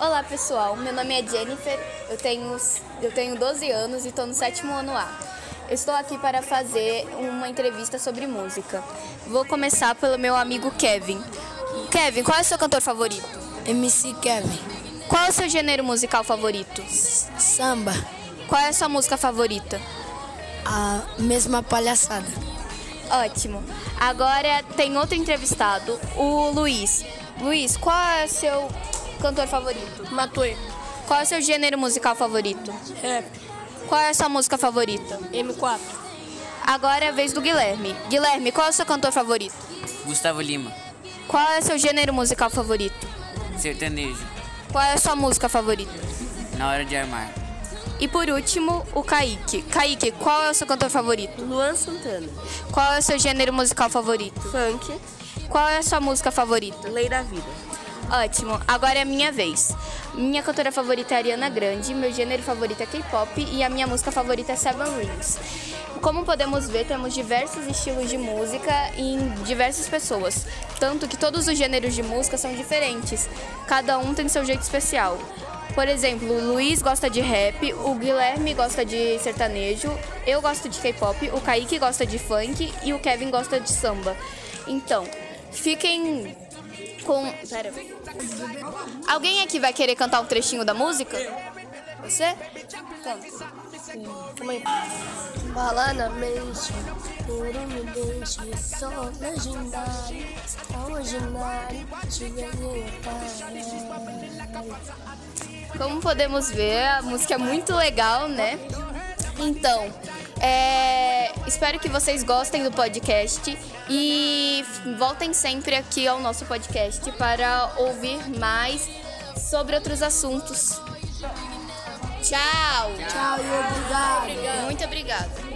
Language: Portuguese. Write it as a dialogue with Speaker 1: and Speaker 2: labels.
Speaker 1: Olá pessoal, meu nome é Jennifer, eu tenho, eu tenho 12 anos e estou no sétimo ano A. Eu estou aqui para fazer uma entrevista sobre música. Vou começar pelo meu amigo Kevin. Kevin, qual é o seu cantor favorito?
Speaker 2: MC Kevin.
Speaker 1: Qual é o seu gênero musical favorito?
Speaker 2: Samba.
Speaker 1: Qual é a sua música favorita?
Speaker 2: A mesma palhaçada.
Speaker 1: Ótimo. Agora tem outro entrevistado, o Luiz. Luiz, qual é o seu cantor favorito?
Speaker 3: Matuê.
Speaker 1: Qual é o seu gênero musical favorito?
Speaker 3: Rap.
Speaker 1: Qual é a sua música favorita?
Speaker 3: M4.
Speaker 1: Agora é a vez do Guilherme. Guilherme, qual é o seu cantor favorito?
Speaker 4: Gustavo Lima.
Speaker 1: Qual é o seu gênero musical favorito?
Speaker 4: Sertanejo.
Speaker 1: Qual é a sua música favorita?
Speaker 4: Na hora de armar.
Speaker 1: E por último, o Kaique. Kaique, qual é o seu cantor favorito?
Speaker 5: Luan Santana.
Speaker 1: Qual é o seu gênero musical favorito?
Speaker 5: Funk.
Speaker 1: Qual é a sua música favorita?
Speaker 5: Lei da Vida.
Speaker 1: Ótimo, agora é a minha vez. Minha cantora favorita é Ariana Grande, meu gênero favorito é K-pop e a minha música favorita é Seven Rings. Como podemos ver, temos diversos estilos de música em diversas pessoas, tanto que todos os gêneros de música são diferentes, cada um tem seu jeito especial. Por exemplo, o Luiz gosta de rap, o Guilherme gosta de sertanejo, eu gosto de K-pop, o Kaique gosta de funk e o Kevin gosta de samba. Então, fiquem com. Pera. Alguém aqui vai querer cantar um trechinho da música? Você? Canta.
Speaker 3: Calma aí. Bala na mente, por um me deixe só legendário, extraordinário, te ganhei pai.
Speaker 1: Como podemos ver, a música é muito legal, né? Então, é, espero que vocês gostem do podcast e voltem sempre aqui ao nosso podcast para ouvir mais sobre outros assuntos. Tchau!
Speaker 3: Tchau e obrigado.
Speaker 1: Muito obrigada.